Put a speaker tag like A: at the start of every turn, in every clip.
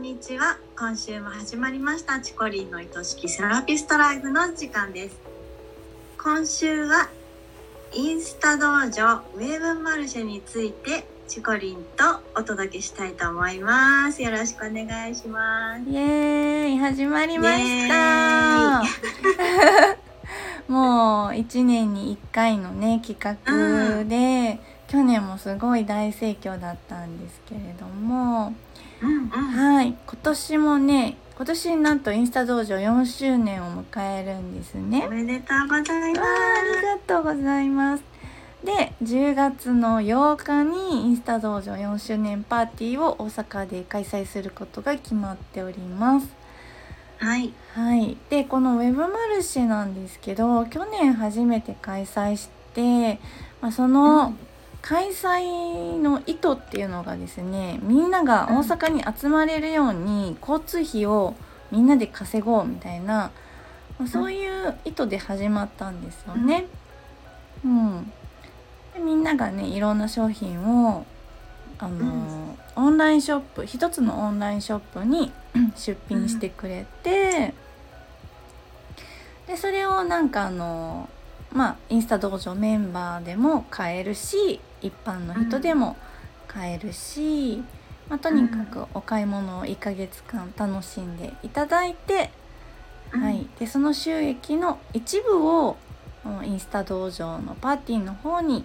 A: にちは今週も始まりましたチコリンの愛しきセラピストライブの時間です今週はインスタ道場ウェーブンマルシェについてチコリンとお届けしたいと思いますよろしくお願いします
B: イエーイ始まりまし
A: イエ
B: た もう1年に1回のね企画で、去年もすごい大盛況だったんですけれども、
A: うんうん
B: はい今年もね今年なんとインスタ道場4周年を迎えるんですね。
A: おめでとうございま
B: わあありがとうございます。で10月の8日にインスタ道場4周年パーティーを大阪で開催することが決まっております。
A: すはい
B: はい、でこのウェブマルシェなんですけど去年初めて開催して、まあ、その開催の意図っていうのがですねみんなが大阪に集まれるように交通費をみんなで稼ごうみたいな、まあ、そういう意図で始まったんですよね。うん、でみんながねいろんな商品をあの、オンラインショップ一つのオンラインショップに出品してくれて、でそれをなんかあのまあインスタ道場メンバーでも買えるし一般の人でも買えるし、まあ、とにかくお買い物を1ヶ月間楽しんでいただいて、は
A: うん
B: い、でその収益の一部をこのインスタ道場のパーティーの方に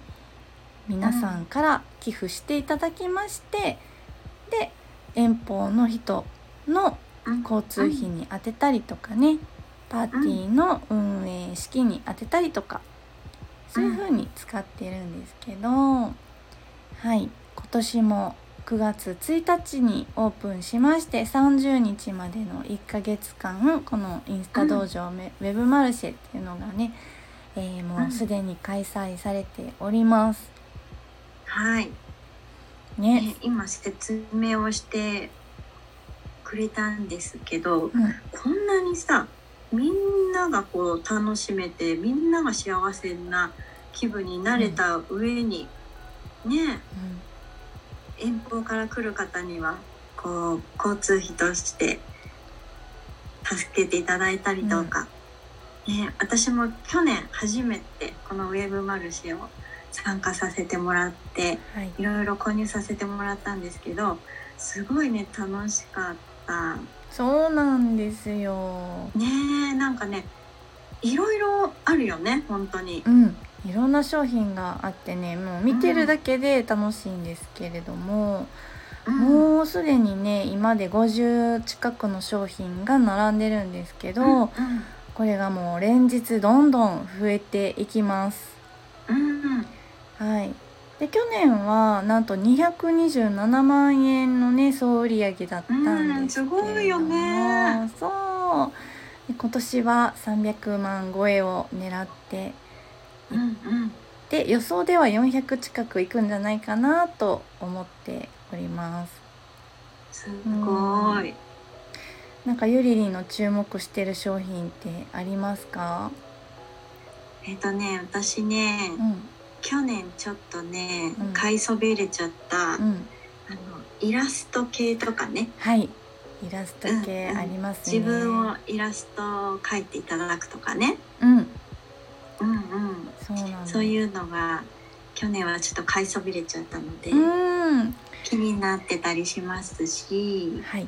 B: 皆さんから寄付していただきまして、で遠方の人の
A: うん
B: 交通費に充てたりとかねパーティーの運営資金に充てたりとかそういう風に使ってるんですけど、はい今年も9月1日にオープンしまして30日までの1ヶ月間このインスタ道場めウェブマルシェっていうのがね、えーもうすでに開催されております。
A: はい
B: ね
A: ね、今説明をしてくれたんですけど
B: うん
A: こんなにさみんながこう楽しめてみんなが幸せな気分になれた上に、ね
B: うん
A: 遠方から来る方にはこう交通費として助けていただいたりとか、ね、私も去年初めてこのウェブマルシェを参加させてもらって
B: はい
A: いろいろ購入させてもらったんですけどすごいね楽しかった。
B: そうなんですよ。
A: ねえなんかねいろいろあるよね本当に
B: う。ん、いろんな商品があってねもう見てるだけで楽しいんですけれど
A: う
B: も、
A: ん
B: もうすでにね今で50近くの商品が並んでるんですけど、
A: うん
B: これがもう連日どんどん増えていきます。
A: うん
B: はいで去年はなんと227万円のね総売上だったんですけれども、
A: うんすごいよね
B: そうで今年は300万超えを狙って
A: うんうん
B: で予想では400近く行くんじゃないかなと思っております
A: すごい。
B: なんかゆりりんの注目してる商品ってありますか
A: えっとね私ね
B: うん
A: 去年ちょっとね
B: うん
A: 買いそびれちゃったあ
B: う
A: の
B: ん
A: イラスト系とかね
B: はいイラスト系ありますね
A: 自分をイラストを描いていただくとかね。
B: うん
A: うんうん
B: そうなんだ
A: そう
B: う
A: いうのが去年はちょっと買いそびれちゃったので
B: うん
A: 気になってたりしますし。
B: はい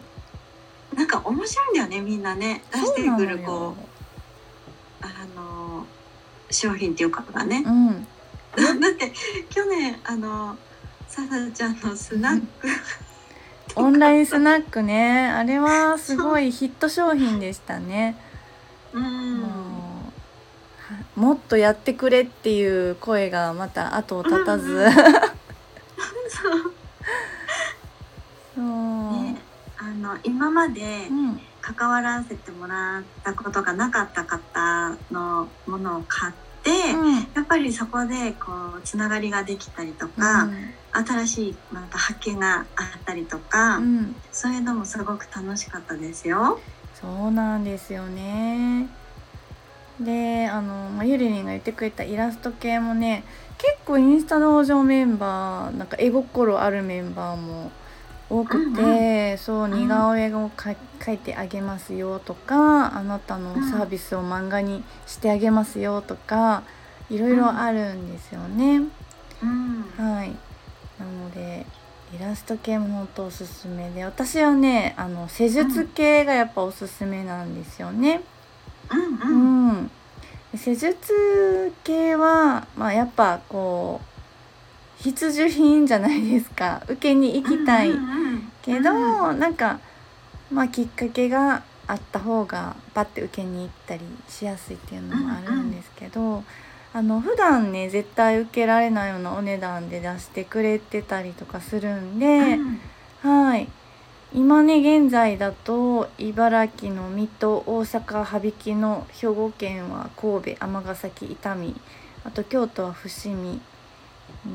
A: なんか面白いんだよねみんなね出してくるこうあの商品っていうかがね
B: う、ん
A: だって去年あのささちゃんのスナック
B: オンラインスナックねあれはすごいヒット商品でしたね
A: うん
B: もうはもっとやってくれっていう声がまた後を絶たず、
A: うんうんそう
B: そう、
A: ねあの今まで
B: うん
A: 関わらせてもらったことがなかった方のものを買って、
B: うん
A: やっぱりそこでこうつながりができたりとか、新しいまた発見があったりとか、
B: うんうん、
A: そういうのもすごく楽しかったですよ。
B: そうなんですよねであの、まあ、ゆりりんが言ってくれたイラスト系もね結構インスタ道場メンバーなんか絵心あるメンバーも多くて、
A: うん
B: そう
A: うん
B: 似顔絵をか描いてあげますよとかあなたのサービスを漫画にしてあげますよとかいろいろあるんですよね。
A: うん
B: はいなのでイラスト系も本当おすすめで私はねあの施術系がやっぱおすすめなんですよね。
A: うん
B: う
A: うん
B: ん、施術系は、まあ、やっぱこう必需品じゃないですか受けに行きたい
A: うんうん
B: けど、なんか、まあ、きっかけがあった方がパッて受けに行ったりしやすいっていうのもあるんですけど、あの普段ね絶対受けられないようなお値段で出してくれてたりとかするん
A: う
B: で、
A: ん
B: はい今ね現在だと茨城の水戸大阪羽曳の兵庫県は神戸尼崎伊丹あと京都は伏見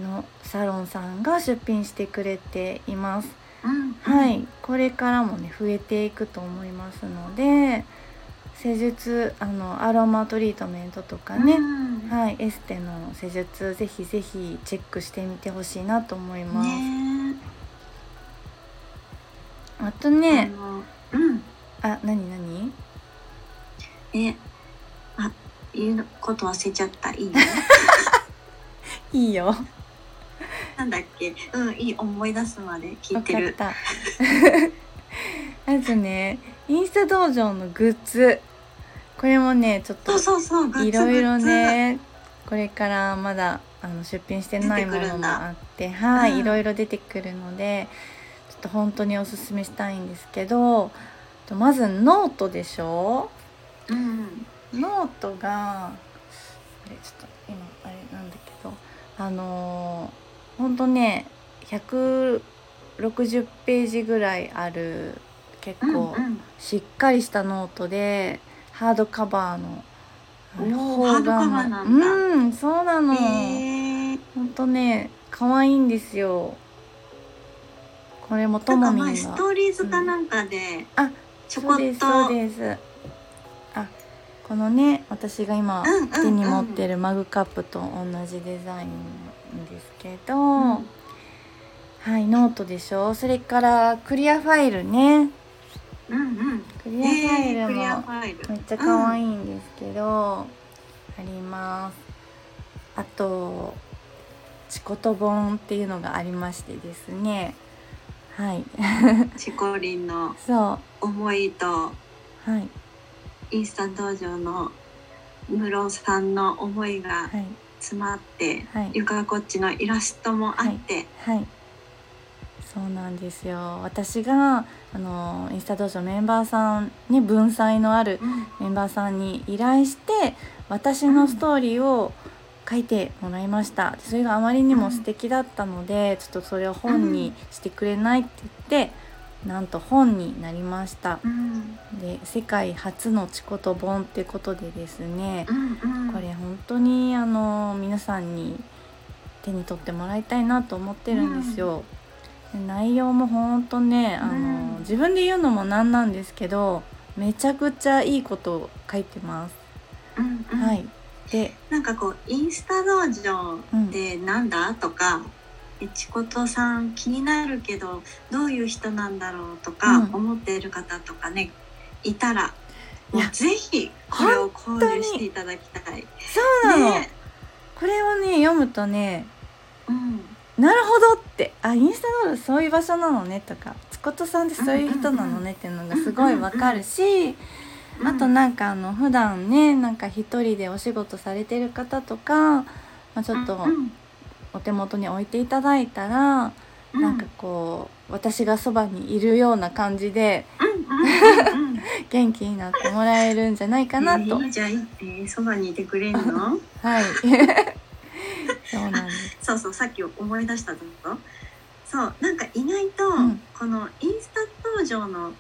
B: のサロンさんが出品してくれています。
A: うん
B: はい、これからもね増えていくと思いますので施術あのアロマトリートメントとかね、
A: うん
B: はい、エステの施術ぜひぜひチェックしてみてほしいなと思います。
A: ね
B: あと
A: え
B: ね、
A: あのうん
B: あ、なになに
A: ねあ言うこと忘れちゃったいい ね
B: いいよ。
A: なんだっけうんいい思い出すまで聞
B: わ
A: い
B: か
A: て
B: っ
A: る
B: た。 あとね、インスタ道場のグッズ。これもね、ちょっと
A: そうそうそうグッズ
B: いろいろ
A: グッズ
B: ねこれからまだあの出品してないも
A: 出てく
B: の
A: るん
B: も
A: だ
B: あってはい、
A: うん
B: いろいろ出てくるのでちょっと本当におすすめしたいんですけどとまずノートでしょ
A: うん
B: ノートがあれちょっと今あれなんだけどあのー、ほんとね160ページぐらいある結
A: うん
B: 構
A: うん
B: しっかりしたノートでハードカバーのあの
A: おー
B: 方が
A: ハードカバーなんだ
B: うんそうなの、
A: へえ
B: ほんとね可愛いんですよこれもと
A: なん
B: も
A: か
B: みん
A: 前ス
B: が
A: トーリーズかなんかで
B: うんあ
A: ちょこっ
B: そう
A: と
B: ですそうですあこのね私が今
A: うんうんうん
B: 手に持ってるマグカップと同じデザインなんですけど、
A: うん
B: はいノートでしょそれからクリアファイルね
A: うんうん
B: クリアファイ
A: ねえ
B: ル
A: クリア
B: も
A: ファイル
B: めっちゃ可愛いんですけど、ありますあと「チコト本」っていうのがありましてですねはい
A: チコリンの
B: そ
A: 思いと
B: うはい
A: インスタ道場の室尾さんの思いが
B: はい
A: 詰まって、
B: はい
A: ゆかこっちのイラストもあって、
B: はいそうなんですよ私があのインスタ道場メンバーさんに文才のある
A: うん
B: メンバーさんに依頼して私のストーリーを書いてもらいましたそれがあまりにも素敵だったので、ちょっとそれを本にしてくれないって言って、なんと本になりました
A: うん
B: で世界初のチコと本ってことでですね
A: う、んうん、
B: これ本当にあの皆さんに手に取ってもらいたいなと思ってるんですよ、で内容も本当ねあの、
A: うん
B: 自分で言うのもなんなんですけどめちゃくちゃいいことを書いてます
A: うんうん
B: はい。で、
A: なんかこうインスタ道場ってなんだ、とかえちことさん気になるけどどういう人なんだろうとか
B: うん
A: 思っている方とかね、いたら
B: いや
A: もうぜひこれを購入していただきたい。
B: そうなの、
A: ね
B: これをね、読むとね、
A: うん
B: なるほどって、あ、インスタドールそういう場所なのねとか、つことさんってそういう人なのねっていうのがすごいわかるし、
A: うん
B: あとなんかあの、普段ね、なんか一人でお仕事されてる方とか、まあ、ちょっと
A: うん
B: お手元に置いていただいたら、
A: うん
B: なんかこう、私がそばにいるような感じで
A: うんうんうんうん
B: 元気になってもらえるんじゃないかなと。
A: えーじゃあ、えーそばにいてくれんの
B: はい。そうなんです。
A: そうそうさっき思い出したとこそうなんか意外と、
B: うん
A: このインスタ登場の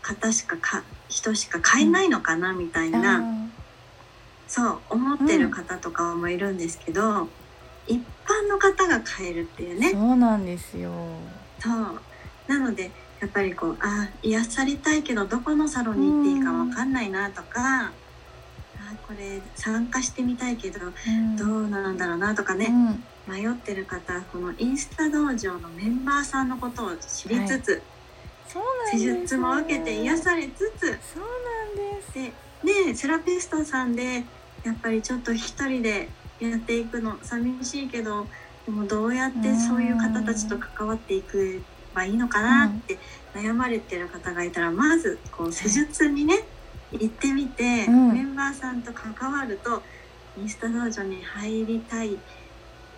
A: 方しかか人しか買えないのかな、みたい
B: あ
A: な
B: ー
A: そう思ってる方とかもいるんですけど、一般の方が買えるっていうね
B: そうなんですよ。
A: そうなのでやっぱりこうあー癒されたいけどどこのサロンに行っていいかわかんないなとか、あーこれ参加してみたいけど
B: うん
A: どうなんだろうなとかね、
B: うん
A: 迷ってる方はこのインスタ道場のメンバーさんのことを知りつつ、
B: そうなん
A: 施
B: です
A: 術も受けて癒されつつ
B: そうなんです
A: でねセラピストさんでやっぱりちょっと一人でやっていくの寂しいけどでもどうやってそういう方たちと関わっていくばいいのかなって悩まれてる方がいたらまずこう施術にね行ってみて、
B: うん
A: メンバーさんと関わるとインスタ道場に入りたい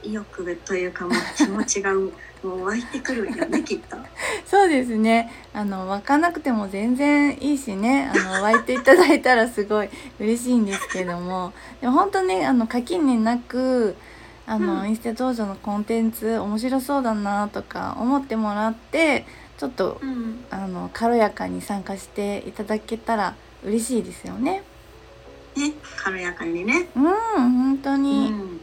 A: 意欲というかもう気持ちがう もう湧いてくるよ ねきっと。
B: そうですねあの湧かなくても全然いいしねあの湧いていただいたらすごい嬉しいんですけども でも本当ねあの垣根なくあの、
A: うん
B: インスタ道場のコンテンツ面白そうだなとか思ってもらってちょっと
A: うん
B: あの軽やかに参加していただけたら嬉しいですよね。
A: ね、軽やかにね。
B: うん本当
A: う
B: に、
A: ん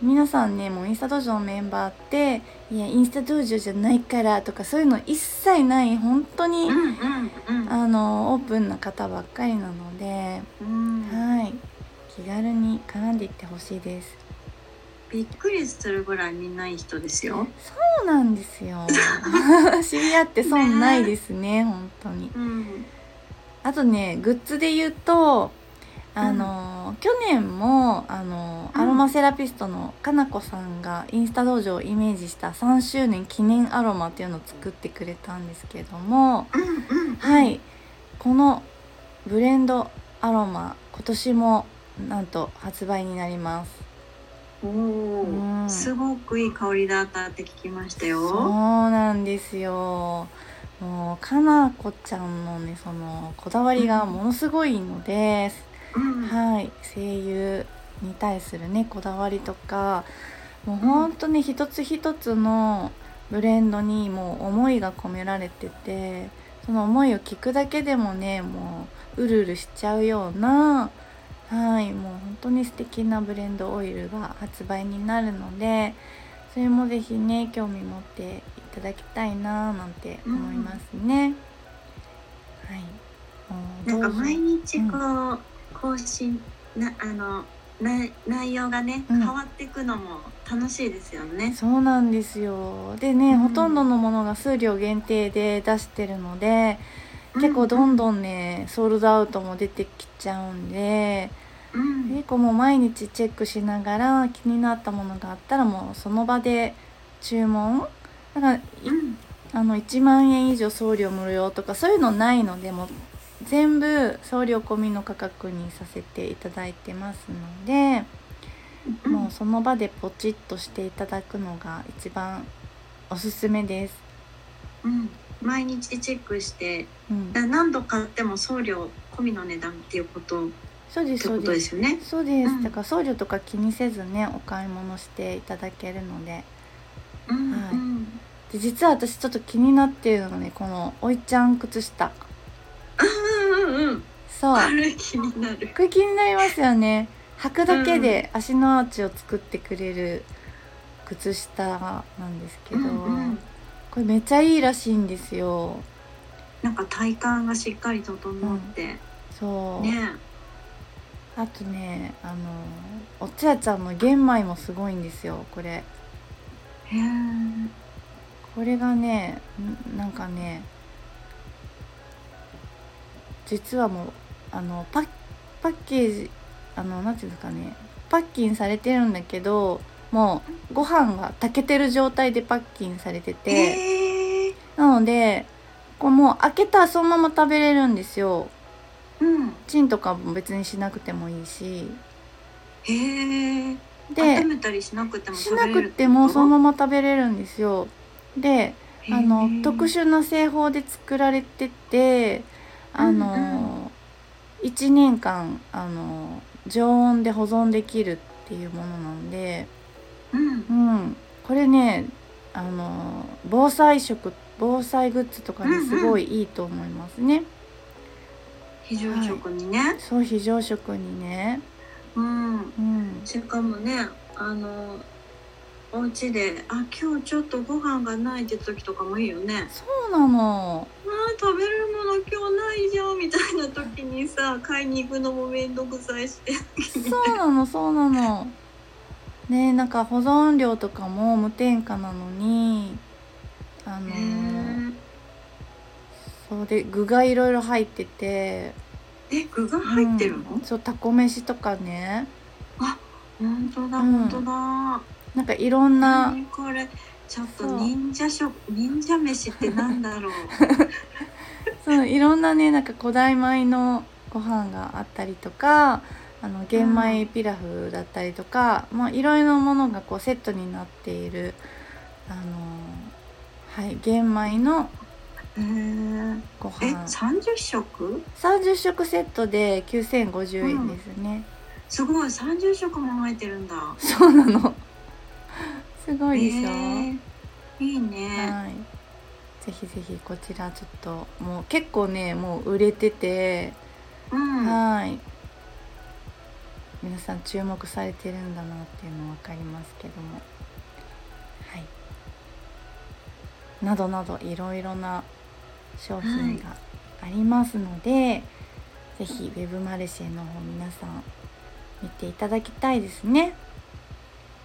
B: 皆さんねもうインスタ道場のメンバーっていやインスタ道場じゃないからとかそういうの一切ない本当に、
A: うんうんうん
B: あのオープンな方ばっかりなので、
A: うん
B: はい気軽に絡んでいってほしいです
A: びっくりするぐらいみんないい人ですよ。
B: そうなんですよ 知り合って損ないですね本当に
A: うん、
B: あとねグッズで言うとあの、去年もあの
A: うん
B: アロマセラピストのかなこさんがインスタ道場をイメージした3周年記念アロマっていうのを作ってくれたんですけども、
A: うん、うん、
B: はい、このブレンドアロマ今年もなんと発売になります。
A: お
B: う
A: お、
B: ん
A: すごくいい香りだったって聞きました
B: そう
A: よ。
B: なんですよ。もうかなこちゃんのねそのこだわりがものすごいので、
A: うん、
B: はい、声優に対するねこだわりとかもうほんとね一つ一つのブレンドにもう思いが込められててその思いを聞くだけでもねもううるうるしちゃうようなはいもう本当に素敵なブレンドオイルが発売になるのでそれもぜひね興味持っていただきたいななんて思いますね。はい
A: な
B: もう
A: んか
B: どうぞ
A: 毎日こう、更新、な、あの、な、内容がね、
B: うん
A: 変わっていくのも楽しいですよね。
B: そうなんですよでね、
A: うん
B: ほとんどのものが数量限定で出してるので結構どんどんねソールドアウトも出てきちゃうんで
A: うん、うん、
B: 結構もう毎日チェックしながら気になったものがあったらもうその場で注文だからい
A: うん、
B: あの1万円以上送料無料とかそういうのないのでもう全部送料込みの価格にさせていただいてますので。
A: うん
B: もうその場でポチッとしていただくのが一番おすすめです。
A: うん、毎日チェックして、
B: うん、
A: だ何度買っても送料込みの値段っていうこと。っ
B: そうです
A: て
B: そ
A: こ
B: う
A: と
B: で。
A: ですすよね。
B: そうです、
A: うん
B: だから送料とか気にせずねお買い物していただけるので
A: うん、
B: はい
A: うん。
B: で実は私ちょっと気になっているのがねこのおいちゃん靴下
A: うんうんうん。
B: そう
A: あれ気になる。
B: これ気になりますよね履くだけで足のアーチを作ってくれる靴下なんですけど、
A: うんうん
B: これめっちゃいいらしいんですよ
A: なんか体幹がしっかり整って、
B: そう、
A: ね
B: あとねあのおつやちゃんの玄米もすごいんですよこれ
A: へえ
B: これがねんなんかね実はもうあのパッパッケージあのなんていうんですかねパッキンされてるんだけどもうご飯が炊けてる状態でパッキンされてて、
A: へえ
B: なのでこうもう開けたらそのまま食べれるんですよ
A: うん
B: チンとかも別にしなくてもいいし
A: へえ
B: で
A: 温めたりしなくても
B: し
A: 食
B: な
A: べれ
B: く
A: る
B: てもそのまま食べれるんですよであの特殊な製法で作られててあの、1年間あの常温で保存できるっていうものなんで、
A: うん
B: うん、これねあの防災食防災グッズとか
A: うんう
B: に
A: ん
B: すごいいいと思いますね。
A: 非常食にね、
B: そう非常食にね、
A: うん
B: うん、
A: しかもねあのお家であ今日ちょっとご飯がないって時とかもいいよね
B: そうなの
A: あー食べるもの今日ないじゃんみたいな時にさ買いに行くのも面倒くさいし
B: そうなのそうなのねなんか保存料とかも無添加なのにあの
A: へ
B: ー
A: ー
B: そうで具がいろいろ入ってて
A: え具が入ってるの、
B: うんそうタコ飯とかね
A: 本当だ
B: うん
A: 本当だ、
B: なんかいろんな
A: 何これちょっと
B: そう
A: 忍者食忍者飯ってなんだ ろう
B: そういろんなねなんか古代米のご飯があったりとかあの玄米ピラフだったりとか、まあ、いろいろなものがこうセットになっているあのーはい玄米の
A: へー
B: ご
A: え
B: 飯
A: 三十食
B: 30食セットで9050円ですね、
A: すごい三十食も入ってるんだ
B: そうなの すごいでしょ、
A: へーいいね
B: はいぜひぜひこちらちょっともう結構ねもう売れてて
A: うん
B: はい皆さん注目されてるんだなっていうの分かりますけどもはいなどなどいろいろな商品がありますので、ぜひウェブマルシェの方皆さん見ていただきたいですね。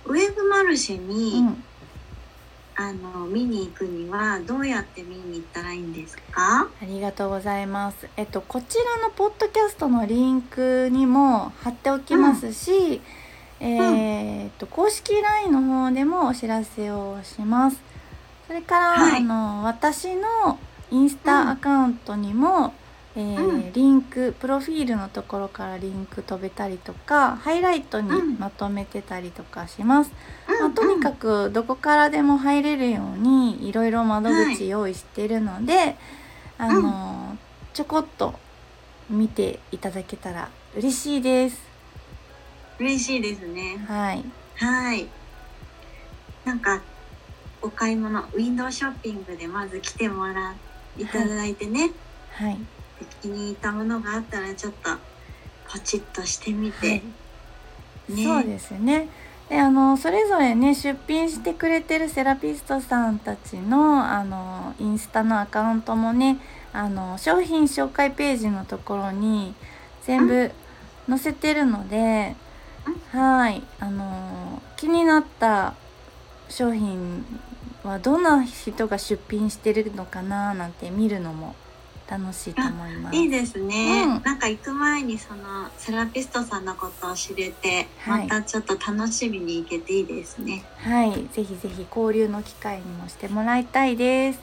A: ウェブマルシェ
B: う
A: に、
B: ん、
A: あの見に行くにはどうやって見に行ったらいいんですか？
B: ありがとうございます。えっとこちらのポッドキャストのリンクにも貼っておきますし、えーっと公式 LINE の方でもお知らせをします。それから、
A: はい
B: あの私のインスタアカウントにも、えー
A: うん
B: リンクプロフィールのところからリンク飛べたりとかハイライトに
A: うん
B: まとめてたりとかします。ま
A: う
B: あ、とにか
A: く、
B: くどこからでも入れるようにいろいろ窓口用意してるので、あのちょこっと見ていただけたら嬉しいです。
A: 嬉しいですね。
B: はい、
A: はい。なんかお買い物ウィンドウショッピングでまず来てもらいただいてね、
B: はい、
A: で気に入ったものがあったらちょっとポチッとしてみて、
B: はい
A: ね
B: そうですね。であのそれぞれね出品してくれてるセラピストさんたちのあのインスタのアカウントもねあの商品紹介ページのところに全部載せてるので、はいあの気になった商品はどんな人が出品してるのかななんて見るのも楽しいと思います。
A: いいですね、
B: うん
A: なんか行く前にそのセラピストさんのことを知れて、
B: はい
A: またちょっと楽しみに行けていいですね。
B: はい、ぜひぜひ交流の機会にもしてもらいたいです。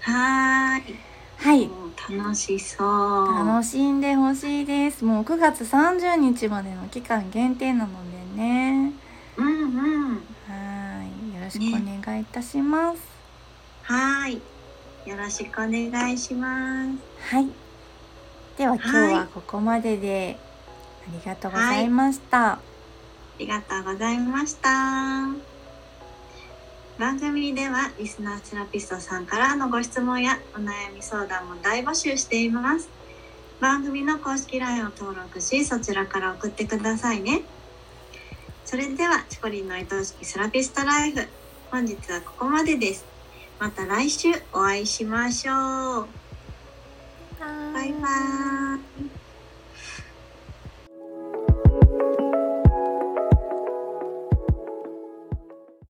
A: はーい。
B: はい。
A: もう楽しそう。
B: 楽しんでほしいです。もう9月30日までの期間限定なのでね。
A: うんうん。
B: はい、よろしくお願いいたします。
A: はーい。よろしくお願いします。
B: はい。では今日はここまでで、ありがとうございました。
A: ありがとうございました。番組ではリスナーセラピストさんからのご質問やお悩み相談も大募集しています。番組の公式 LINE を登録し、そちらから送ってくださいね。それでは、チコリンの愛おしきセラピストライフ。本日はここまでです。また来週お会いしましょう。バイバーイ。